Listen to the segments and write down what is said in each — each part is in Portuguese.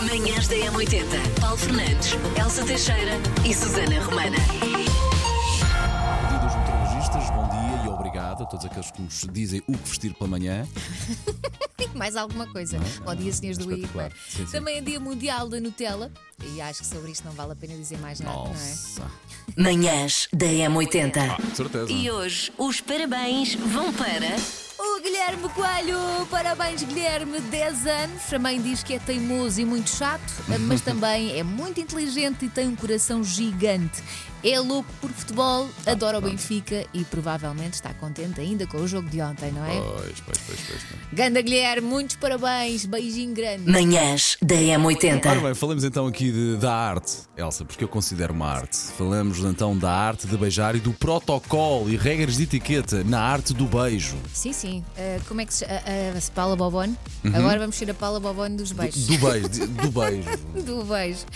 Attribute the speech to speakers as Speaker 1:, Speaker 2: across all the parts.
Speaker 1: Manhãs da M80. Paulo Fernandes, Elsa Teixeira e Susana Romana.
Speaker 2: Dia dos meteorologistas, bom dia e obrigado a todos aqueles que nos dizem o que vestir pela manhã.
Speaker 3: mais alguma coisa. Bom dia, senhores do
Speaker 2: Espetacular.
Speaker 3: IPA.
Speaker 2: Sim, sim.
Speaker 3: Também é dia mundial da Nutella. E acho que sobre isto não é? vale a pena dizer mais nada,
Speaker 2: Nossa,
Speaker 1: Manhãs da M80.
Speaker 2: de certeza.
Speaker 1: E hoje os parabéns vão para.
Speaker 3: não é? O Guilherme Coelho! Parabéns, Guilherme! 10 anos. Também diz que é teimoso e muito chato, mas também é muito inteligente e tem um coração gigante. É louco por futebol,
Speaker 2: Ah,
Speaker 3: adora o Benfica e provavelmente está contente ainda com o jogo de ontem, não é?
Speaker 2: Pois, pois, pois, pois. pois.
Speaker 3: Ganda Guilherme, muitos parabéns, beijinho grande.
Speaker 1: Manhãs da
Speaker 2: Ora
Speaker 1: M80.
Speaker 2: bem, falamos então aqui de- da arte, Elsa, porque eu considero uma arte. Falamos então da arte de beijar e do protocolo e regras de etiqueta na arte do beijo.
Speaker 3: Sim, sim. Ah, como é que se. chama? Paula Bobone? Agora vamos ser a Paula Bobone dos beijos.
Speaker 2: Do beijo, Uhum. de- do beijo.
Speaker 3: Do beijo.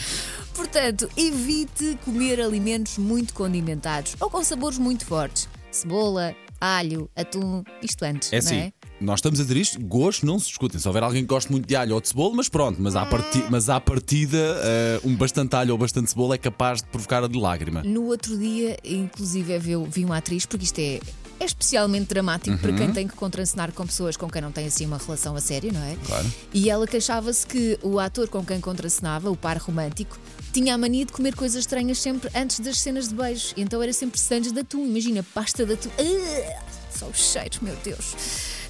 Speaker 3: Portanto, evite comer alimentos muito condimentados ou com sabores muito fortes. Cebola, alho, atum, isto antes,
Speaker 2: É
Speaker 3: não
Speaker 2: assim,
Speaker 3: é?
Speaker 2: nós estamos a dizer isto, gostos não se discutem. Se houver alguém que goste muito de alho ou de cebola, mas pronto, mas
Speaker 3: Ah.
Speaker 2: à, parti mas à partida, eh, um bastante alho ou bastante cebola é capaz de provocar a de lágrima.
Speaker 3: No outro dia, inclusive, eu vi uma atriz, porque isto é, é especialmente dramático para
Speaker 2: Uhum.
Speaker 3: quem tem que contracenar com pessoas com quem não tem assim uma relação a sério, não é?
Speaker 2: Claro.
Speaker 3: E ela queixava-se que o ator com quem contracenava, o par romântico, tinha a mania de comer coisas estranhas sempre antes das cenas de beijos. E Então era sempre sandes de atum, imagina, pasta de atum. Ah, só os cheiros, meu Deus.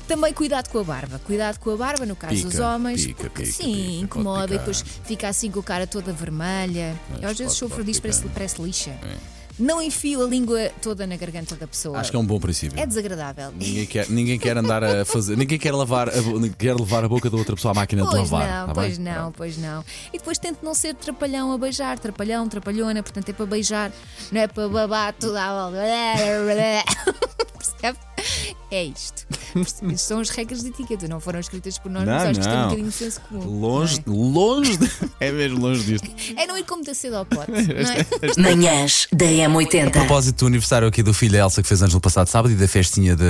Speaker 3: Também cuidado com a barba. Cuidado com a barba, no caso
Speaker 2: Pica,
Speaker 3: dos homens.
Speaker 2: pica,
Speaker 3: porque,
Speaker 2: pica,
Speaker 3: sim,
Speaker 2: pica, pode
Speaker 3: incomoda e
Speaker 2: picar.
Speaker 3: depois fica assim com a cara toda vermelha. Eu às vezes
Speaker 2: pode-
Speaker 3: sofro
Speaker 2: pode
Speaker 3: disto, parece,
Speaker 2: picar.
Speaker 3: parece lixa. Não enfio a língua toda na garganta da pessoa.
Speaker 2: Acho que é um bom princípio.
Speaker 3: É desagradável.
Speaker 2: Ninguém quer, ninguém quer andar a fazer, ninguém quer lavar, a, bo- quer levar a boca da outra pessoa à máquina de
Speaker 3: Pois
Speaker 2: lavar.
Speaker 3: não,
Speaker 2: tá bem?
Speaker 3: pois não, pois não. E depois tento não ser trapalhão a beijar, trapalhão, trapalhona, portanto é para beijar, não é para babar toda a bola. Percebe? É isto. Isto são as regras de etiqueta, não foram escritas por nós,
Speaker 2: Não,
Speaker 3: mas acho que tem um
Speaker 2: não.
Speaker 3: bocadinho de senso comum.
Speaker 2: Longe, longe, de- é mesmo longe disto.
Speaker 3: não é? É não ir como da cedo ao pote. não é?
Speaker 1: Manhãs da
Speaker 2: A
Speaker 1: M80.
Speaker 2: propósito do aniversário aqui do filho da Elsa que fez anos no passado sábado e da festinha de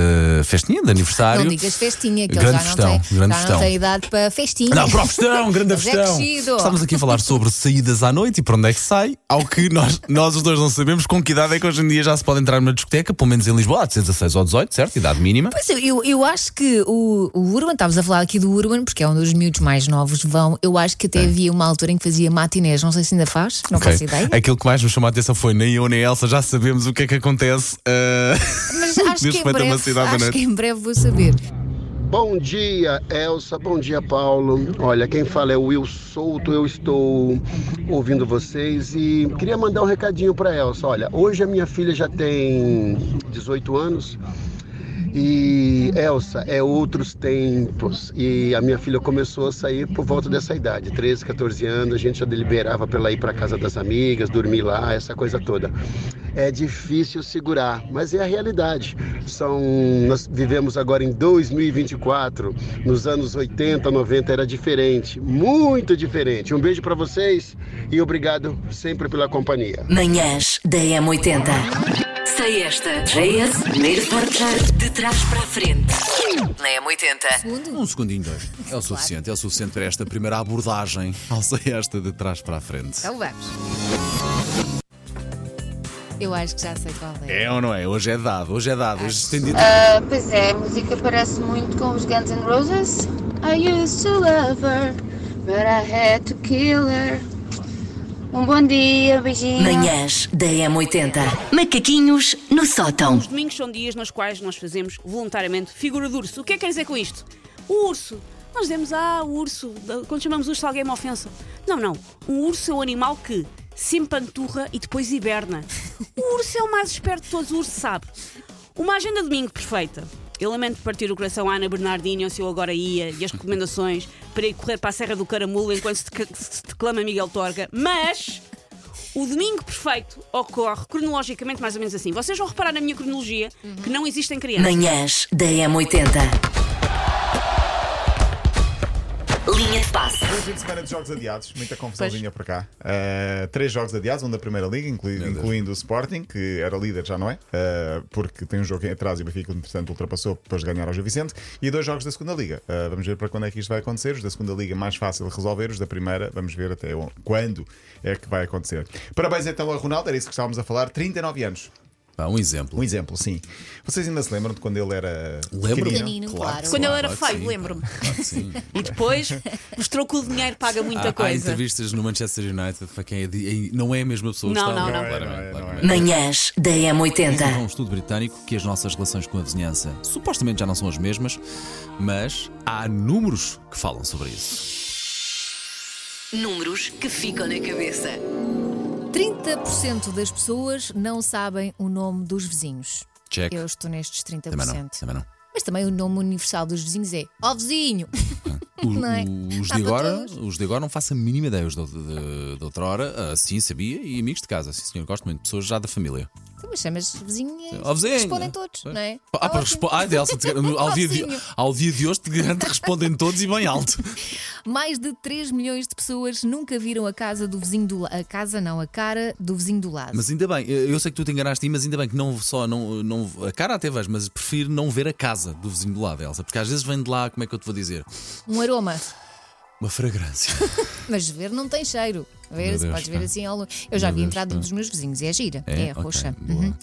Speaker 2: festinha de aniversário.
Speaker 3: Não digas festinha, que ele
Speaker 2: grande
Speaker 3: já,
Speaker 2: festão,
Speaker 3: não tem,
Speaker 2: grande
Speaker 3: já
Speaker 2: festão.
Speaker 3: não tem idade para festinha.
Speaker 2: Não, para o festão, grande
Speaker 3: Mas é
Speaker 2: festão.
Speaker 3: crescido.
Speaker 2: Estamos aqui a falar sobre saídas à noite e para onde é que sai, ao que nós, nós os dois não sabemos com que idade é que hoje em dia já se pode entrar numa discoteca, pelo menos em Lisboa, há de ser 16 ou 18, certo? Idade mínima.
Speaker 3: Pois eu, eu, eu acho que o, o Urban, estávamos a falar aqui do Urban, porque é um dos miúdos mais novos, vão. Eu acho que até havia uma altura em que fazia matinés, não sei se ainda faz, não
Speaker 2: Ok.
Speaker 3: faço ideia.
Speaker 2: Aquilo É que mais me chamou a atenção foi nem eu nem a Elsa já sabemos o que é que acontece. ah,
Speaker 3: Mas acho, que em,
Speaker 2: respeito a é uma
Speaker 3: breve,
Speaker 2: cidade à
Speaker 3: acho
Speaker 2: noite.
Speaker 3: que em breve vou saber.
Speaker 4: Bom dia, Elsa. Bom dia, Paulo. Olha, quem fala é o Will Souto. Eu estou ouvindo vocês e queria mandar um recadinho para Elsa. Olha, hoje a minha filha já tem 18 anos. E Elsa, é outros tempos. E a minha filha começou a sair por volta dessa idade, 13, 14 anos. A gente já deliberava para ela ir para casa das amigas, dormir lá, essa coisa toda. É difícil segurar, mas é a realidade. São nós vivemos agora em 2024. Nos anos 80, 90 era diferente, muito diferente. Um beijo para vocês e obrigado sempre pela companhia.
Speaker 1: Manhãs da M80. Sei esta. JS, primeiro forjar de trás para a frente. Na M80.
Speaker 3: Segundo,
Speaker 2: Um segundinho, dois. É o suficiente, é o suficiente para esta primeira abordagem. Alça esta de trás para a frente.
Speaker 3: então vamos. Eu acho que já sei qual é.
Speaker 2: É ou não é? Hoje é dado, hoje é dado, hoje estendido.
Speaker 5: Ah, pois é, a música parece muito com os Guns N' Roses. I used to love her, but I had to kill her. Um bom dia, beijinho.
Speaker 1: Manhãs da M80. Macaquinhos no sótão.
Speaker 6: Os domingos são dias nos quais nós fazemos voluntariamente figura de urso. O que é que quer dizer com isto? O urso. Nós dizemos, ah, o urso. Quando chamamos urso, alguém é uma ofensa. Não, não. Um urso é um animal que se empanturra e depois hiberna. O urso é o mais esperto de todos, o urso sabe. Uma agenda de domingo perfeita. Eu lamento partir o coração à Ana Bernardinho, se eu agora ia, e as recomendações para ir correr para a Serra do Caramulo enquanto se deca- se declama Miguel Torga, mas o domingo perfeito ocorre cronologicamente mais ou menos assim. Vocês vão reparar na minha cronologia que não existem crianças.
Speaker 1: Manhãs da M80. Linha Linha de passe.
Speaker 7: Foi um fim de semana de jogos adiados, muita confusãozinha por cá. Uh, três jogos adiados, um da Primeira Liga, inclui- incluindo o Sporting, que era líder, já não é? Uh, porque tem um jogo em atraso e o Benfica, entretanto, ultrapassou depois de ganhar ao Gil Vicente. E dois jogos da Segunda Liga. Uh, vamos ver para quando é que isto vai acontecer. Os da Segunda Liga é mais fácil de resolver, os da Primeira, vamos ver até on- quando é que vai acontecer. Parabéns então ao Ronaldo, era isso que estávamos a falar, 39 anos.
Speaker 2: Pá, um exemplo.
Speaker 7: Um exemplo, sim. Vocês ainda se lembram de quando ele era
Speaker 2: Lembro-me.
Speaker 3: Pequenino, claro.
Speaker 2: que
Speaker 3: Quando
Speaker 2: sim,
Speaker 6: ele
Speaker 2: claro
Speaker 6: era
Speaker 2: que
Speaker 6: feio,
Speaker 2: Ah, sim,
Speaker 6: lembro-me.
Speaker 2: Claro que sim.
Speaker 6: E depois mostrou que o dinheiro paga muita
Speaker 2: Ah, Há- Há,
Speaker 6: coisa.
Speaker 2: entrevistas no Manchester United para quem é de- não é a mesma pessoa
Speaker 6: Não,
Speaker 2: que está
Speaker 6: não,
Speaker 2: lá,
Speaker 6: não.
Speaker 2: claramente,
Speaker 7: Não é, não é,
Speaker 2: claramente.
Speaker 1: Manhãs da
Speaker 2: Há um
Speaker 1: M80.
Speaker 2: estudo britânico que as nossas relações com a vizinhança supostamente já não são as mesmas, mas há números que falam sobre isso.
Speaker 1: Números que ficam na cabeça.
Speaker 3: 30% das pessoas não sabem o nome dos vizinhos.
Speaker 2: Check.
Speaker 3: Eu estou nestes 30%.
Speaker 2: É Também não. Também não.
Speaker 3: Mas também o nome universal dos vizinhos é Ó vizinho!
Speaker 2: O-
Speaker 3: Não é?
Speaker 2: o- Os
Speaker 3: Dá
Speaker 2: de
Speaker 3: para
Speaker 2: agora,
Speaker 3: todos.
Speaker 2: os de agora não faço a mínima ideia. Os de, de, de outra hora, ah, sim, sabia, e amigos de casa, sim, senhor, gosto muito, de pessoas já da família.
Speaker 3: Então, Mas chamas vizinho e
Speaker 2: Ó, vizinho!
Speaker 3: respondem todos, não é?
Speaker 2: Ah, para
Speaker 3: Ótimo.
Speaker 2: respo- Ai, Delsa, te- ao, dia de,
Speaker 3: Vizinho.
Speaker 2: ao dia de hoje, te garanto, respondem todos e bem alto.
Speaker 3: Mais de 3 milhões de pessoas nunca viram a casa do vizinho do lado. A casa não, a cara do vizinho do lado.
Speaker 2: Mas ainda bem, eu sei que tu te enganaste aí, mas ainda bem que não só não, não a cara até vejo, mas prefiro não ver a casa do vizinho do lado, Elsa, porque às vezes vem de lá, como é que eu te vou dizer?
Speaker 3: Um aroma.
Speaker 2: Uma fragrância.
Speaker 3: Mas ver não tem cheiro. Ver,
Speaker 2: Meu
Speaker 3: se
Speaker 2: Deus,
Speaker 3: podes ver
Speaker 2: pá.
Speaker 3: assim ao longe. Eu já
Speaker 2: Meu
Speaker 3: vi a
Speaker 2: Deus,
Speaker 3: entrada
Speaker 2: pá.
Speaker 3: dos meus vizinhos, é gira,
Speaker 2: É?
Speaker 3: é,
Speaker 2: Ok,
Speaker 3: roxa.
Speaker 2: boa.
Speaker 3: Uhum.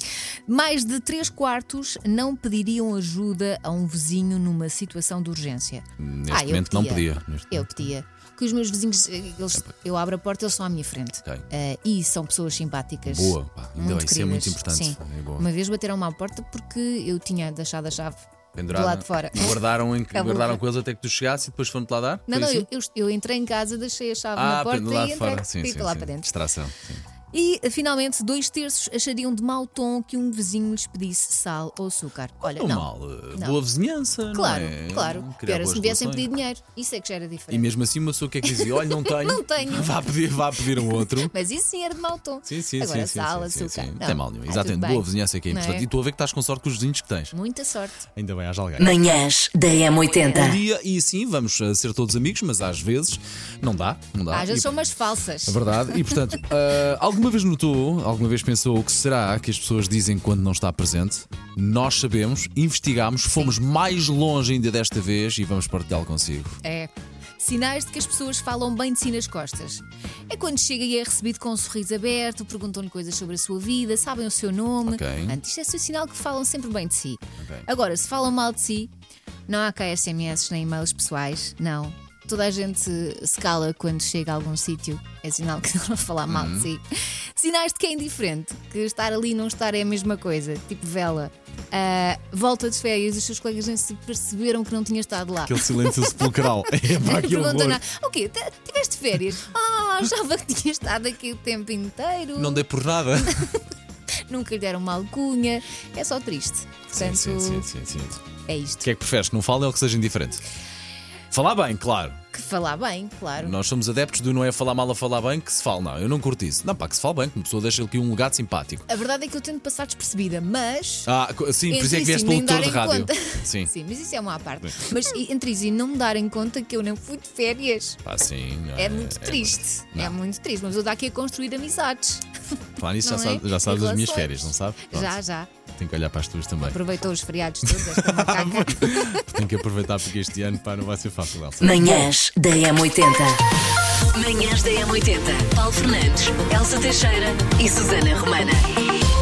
Speaker 3: Mais de 3 quartos não pediriam ajuda a um vizinho numa situação de urgência.
Speaker 2: Neste
Speaker 3: Ah, eu
Speaker 2: momento não pedia. Neste
Speaker 3: Eu pedia. Que os meus vizinhos, eh, eles, eu abro a porta, eles são à minha frente.
Speaker 2: Ok.
Speaker 3: Eh, e são pessoas simpáticas.
Speaker 2: Boa, pá. Ainda
Speaker 3: muito
Speaker 2: bem, isso é muito
Speaker 3: queridas.
Speaker 2: importante.
Speaker 3: Sim.
Speaker 2: É boa.
Speaker 3: Uma vez bateram-me à porta porque eu tinha deixado a chave
Speaker 2: Pendurada.
Speaker 3: do lado de fora.
Speaker 2: Guardaram, em,
Speaker 3: A
Speaker 2: guardaram
Speaker 3: burra.
Speaker 2: com eles até que tu chegasse e depois foram-te lá dar?
Speaker 3: Não,
Speaker 2: Foi
Speaker 3: não,
Speaker 2: assim?
Speaker 3: eu, eu, eu entrei em casa, deixei a chave
Speaker 2: Ah,
Speaker 3: na porta
Speaker 2: pendurado
Speaker 3: e entrei
Speaker 2: fora. Sim,
Speaker 3: fico
Speaker 2: sim,
Speaker 3: lá
Speaker 2: sim.
Speaker 3: para dentro.
Speaker 2: Distração. sim.
Speaker 3: E finalmente, dois terços achariam de mau tom que um vizinho lhes pedisse sal ou açúcar. Olha,
Speaker 2: Não
Speaker 3: não.
Speaker 2: mal. eh,
Speaker 3: Não.
Speaker 2: Boa vizinhança. não
Speaker 3: Claro,
Speaker 2: é?
Speaker 3: claro.
Speaker 2: Criar
Speaker 3: Pior é se
Speaker 2: boas
Speaker 3: me viessem
Speaker 2: relações.
Speaker 3: pedir dinheiro. Isso é que já era
Speaker 2: E
Speaker 3: diferente.
Speaker 2: mesmo assim, uma pessoa que é que dizia: Olha, não tenho.
Speaker 3: Não tenho.
Speaker 2: Vá pedir, vá pedir um outro.
Speaker 3: Mas isso sim era de mau tom.
Speaker 2: Sim, sim,
Speaker 3: Agora,
Speaker 2: sim.
Speaker 3: sal,
Speaker 2: sim, sim,
Speaker 3: açúcar.
Speaker 2: sim, sim.
Speaker 3: não.
Speaker 2: Não tem mal nenhum.
Speaker 3: Ai,
Speaker 2: Exatamente.
Speaker 3: tudo
Speaker 2: Boa
Speaker 3: bem.
Speaker 2: vizinhança é que é
Speaker 3: Não é?
Speaker 2: importante. E tu a ver que estás com sorte com os vizinhos que tens.
Speaker 3: Muita sorte.
Speaker 2: Ainda bem, haja alguém.
Speaker 1: Manhãs da
Speaker 2: Um
Speaker 1: M80.
Speaker 2: dia, e sim, vamos eh, ser todos amigos, mas às vezes não dá. Não dá.
Speaker 3: Às vezes
Speaker 2: Ah, E-
Speaker 3: Ah, são umas falsas.
Speaker 2: É verdade. E portanto, ah, alguma vez notou, alguma vez pensou o que será que as pessoas dizem quando não está presente? Nós sabemos, investigámos, fomos mais longe ainda desta vez e vamos partilhá-lo consigo.
Speaker 3: É. Sinais de que as pessoas falam bem de si nas costas. É quando chega e é recebido com um sorriso aberto, perguntam-lhe coisas sobre a sua vida, sabem o seu nome.
Speaker 2: Ok.
Speaker 3: Portanto, isto é só sinal que falam sempre bem de si. Agora, se falam mal de si, não há cá SMS nem e-mails pessoais, não. Toda a gente se cala quando chega a algum sítio. É sinal que não a falar mal de si. Sinais de que é indiferente, que estar ali e não estar é a mesma coisa, tipo vela. Ah, volta de férias, os seus colegas nem se perceberam que não tinha estado lá.
Speaker 2: Aquele silêncio sepulcral. É pá, que
Speaker 3: Pergunta
Speaker 2: horror.
Speaker 3: nada. O quê? T- Tiveste férias? Ah, achava que tinha estado aqui o tempo inteiro.
Speaker 2: Não dei por nada.
Speaker 3: Nunca lhe deram uma alcunha. É só triste. Portanto,
Speaker 2: Sim, sim, sim, sim.
Speaker 3: é
Speaker 2: O
Speaker 3: isto.
Speaker 2: que é que preferes? Que não falem ou que seja indiferente? Falar bem, claro.
Speaker 3: Que falar bem, claro.
Speaker 2: Nós somos adeptos do não é falar mal a falar bem que se fala. Não, eu não curto isso. Não, pá, que se fala bem, que uma pessoa deixa aqui um legado simpático.
Speaker 3: A verdade é que eu tento passar despercebida, mas.
Speaker 2: Ah, co- sim, por isso é que
Speaker 3: entre
Speaker 2: vieste
Speaker 3: e
Speaker 2: pelo
Speaker 3: nem
Speaker 2: tour de
Speaker 3: darem
Speaker 2: rádio.
Speaker 3: conta.
Speaker 2: Sim.
Speaker 3: mas isso é uma à parte. Mas e- entre isso e não me darem conta que eu não fui de férias.
Speaker 2: Pá, sim. não
Speaker 3: É muito triste.
Speaker 2: Não.
Speaker 3: É muito triste. Mas eu daqui a construir amizades.
Speaker 2: Falar nisso, já,
Speaker 3: Não é?
Speaker 2: sabe- já sabes
Speaker 3: Em
Speaker 2: das minhas
Speaker 3: relações.
Speaker 2: férias, não sabe? Pronto.
Speaker 3: Já, já.
Speaker 2: Tenho que olhar para as tuas também.
Speaker 3: Aproveitou os feriados todos, esta macaca.
Speaker 2: Tenho que aproveitar porque este ano pá, não vai ser fácil, Elsa.
Speaker 1: Manhãs da M80. Manhãs da M80. Paulo Fernandes, Elsa Teixeira e Susana Romana.